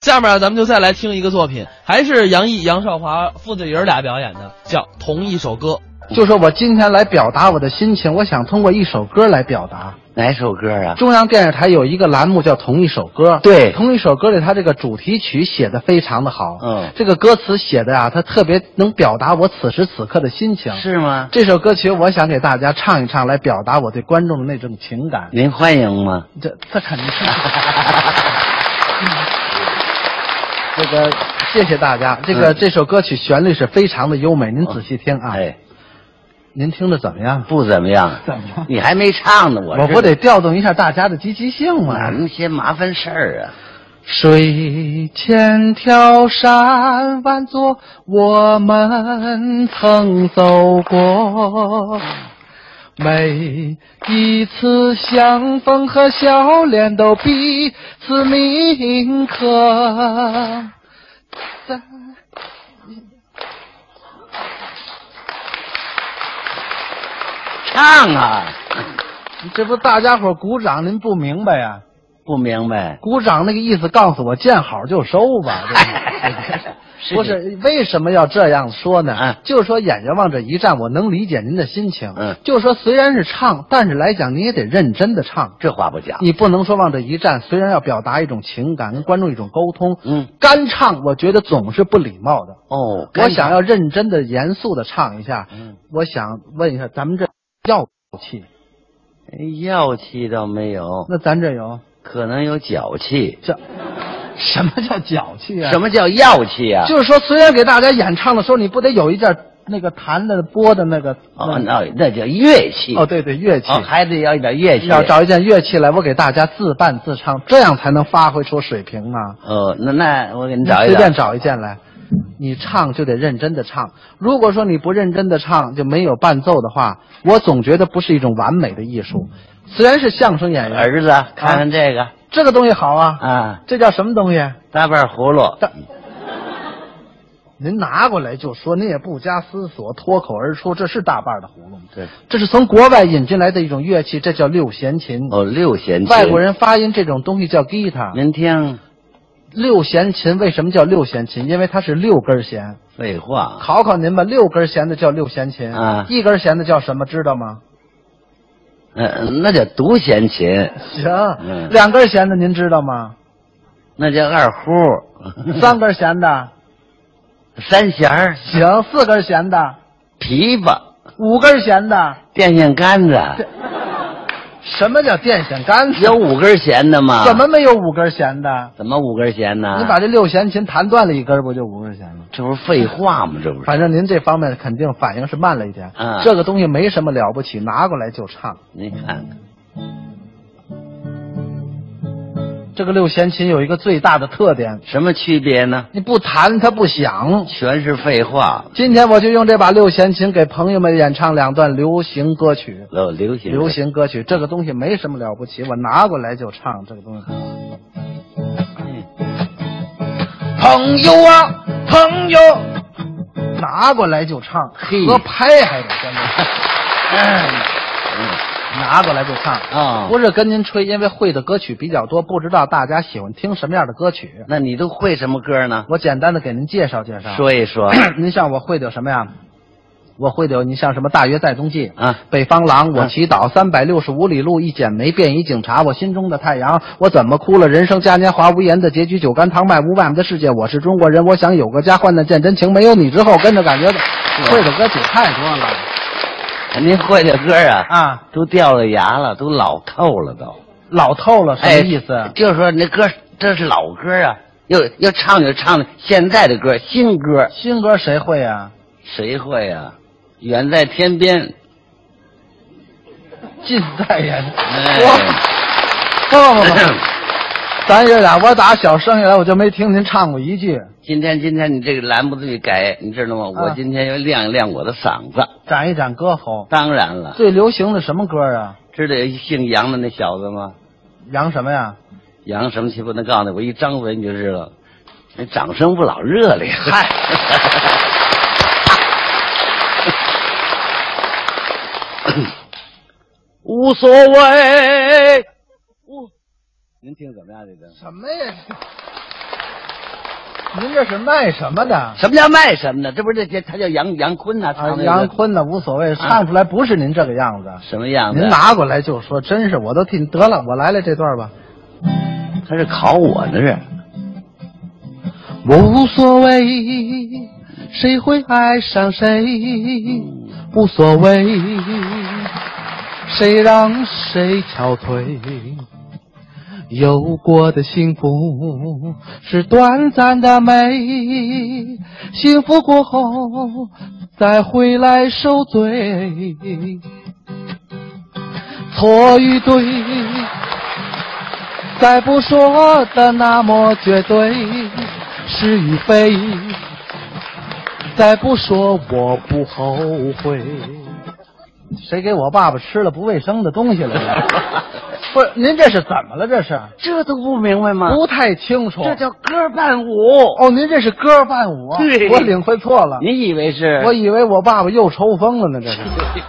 下面咱们就再来听一个作品，还是杨毅、杨少华父子爷儿俩表演的，叫《同一首歌》。就是我今天来表达我的心情，我想通过一首歌来表达。哪首歌啊？中央电视台有一个栏目叫《同一首歌》，对同一首歌》里它这个主题曲写的非常的好，嗯这个歌词写的啊，它特别能表达我此时此刻的心情。是吗？这首歌曲，我想给大家唱一唱，来表达我对观众的那种情感。您欢迎 吗？这这肯定是。 这个谢谢大家，这个、嗯这首歌曲旋律是非常的优美，您仔细听啊，哎，您听着怎么样？不怎么样。怎么样你还没唱呢，我我知不得调动一下大家的积极性吗？哪那么些麻烦事儿啊？水千条山万座，我们曾走过。每一次相逢和笑脸都彼此铭刻。在唱啊！这不大家伙鼓掌，您不明白啊呀、不明白。鼓掌那个意思，告诉我见好就收 吧。这不是为什么要这样说呢？嗯就是说演员往这一站，我能理解您的心情。嗯就是说虽然是唱，但是来讲你也得认真的唱，这话不假。你不能说往这一站，虽然要表达一种情感，跟观众一种沟通，嗯，干唱我觉得总是不礼貌的。哦，我干想唱要认真的、严肃的唱一下。嗯我想问一下，咱们这要气？哎药气倒没有，那咱这有可能有脚气。叫什么叫脚气啊？什么叫药气啊？就是说，虽然给大家演唱的时候，你不得有一件那个弹的、拨的那个哦，那那叫乐器。嗯哦，对对，乐器，哦，还得要一点乐器。要找一件乐器来，我给大家自伴自唱，这样才能发挥出水平啊！哦，那那我给你你找一随便找。找一件来，你唱就得认真的唱。如果说你不认真的唱，就没有伴奏的话，我总觉得不是一种完美的艺术。虽然是相声演员，儿子，看看这个这个东西好啊，哎啊，这叫什么东西？大瓣葫芦。大您拿过来就说，您也不加思索，脱口而出，这是大瓣的葫芦吗？对，这是从国外引进来的一种乐器，这叫六弦琴。哦，六弦琴。外国人发音这种东西叫 guitar。您听，六弦琴为什么叫六弦琴？因为它是六根弦。废话，考考您吧，六根弦的叫六弦琴，啊一根弦的叫什么？知道吗？呃，那叫独弦琴，行，嗯两根弦的您知道吗？那叫二胡， 三根弦的，三弦儿，行，四根弦的，琵琶，五根弦的，电线杆子，什么叫电线杆子？有啊五根弦的吗？怎么没有五根弦的？怎么五根弦呢？你把这六弦琴弹断了一根，不就五根弦吗？这不是废话吗？这不是反正您这方面肯定反应是慢了一点。嗯这个东西没什么了不起，拿过来就唱。您看看，这个六弦琴有一个最大的特点，什么区别呢？你不弹它不响。全是废话。今天我就用这把六弦琴给朋友们演唱两段流行歌曲。哦，流行流行歌曲这个东西没什么了不起，我拿过来就唱这个东西。哎朋友啊，朋友，拿过来就唱，嘿合拍还得真的。嗯拿过来就唱啊不是跟您吹，因为会的歌曲比较多，不知道大家喜欢听什么样的歌曲。那你都会什么歌呢？我简单的给您介绍介绍。说一 说 您像我会的有什么呀？我会的有您像什么《大约在冬季》啊北方狼》，我啊祈祷三百六十五里路一剪梅，便衣警察，我心中的太阳，我怎么哭了？人生嘉年华无言的结局，酒干倘卖无外面的世界，我是中国人，我想有个家，患难见真情，没有你之后，跟着感觉的会的歌曲太多了您会的歌啊，啊，都掉了牙了，都老透了都。老透了，什哎，么意思？啊就是说那歌这是老歌啊，又又唱又唱现在的歌，新歌新歌谁会啊？谁会啊？远在天边，近代人，哎我不不不 不，咱爷俩，我打小生下来我就没听您唱过一句， 今天今天你这个栏目得改，你知道吗？啊我今天要亮一亮我的嗓子。展一展歌喉。当然了，最流行的什么歌啊？知道有一姓杨的那小子吗？杨什么呀？杨什么气不能告诉你，我一张嘴你就知道了。那掌声不老热烈，嗨，无所哦谓。我，您听怎么样？这个什么呀？您这是卖什么的？什么叫卖什么呢？这不是这他叫杨杨坤呐、啊唱，那个杨坤的无所谓，唱出来不是您这个样子。什么样子？您拿过来就说，真是我都替你得了，我来了这段吧。他是考我呢是？我无所谓，谁会爱上谁，无所谓，谁让谁憔悴。有过的幸福是短暂的美，幸福过后再回来受罪。错与对，再不说的那么绝对，是与非，再不说我不后悔。谁给我爸爸吃了不卫生的东西了？ 不是，您这是怎么了？这是这都不明白吗？不太清楚。这叫歌伴舞。哦，您这是歌伴舞啊，对我领会错了，你以为是？我以为我爸爸又抽风了呢，这是。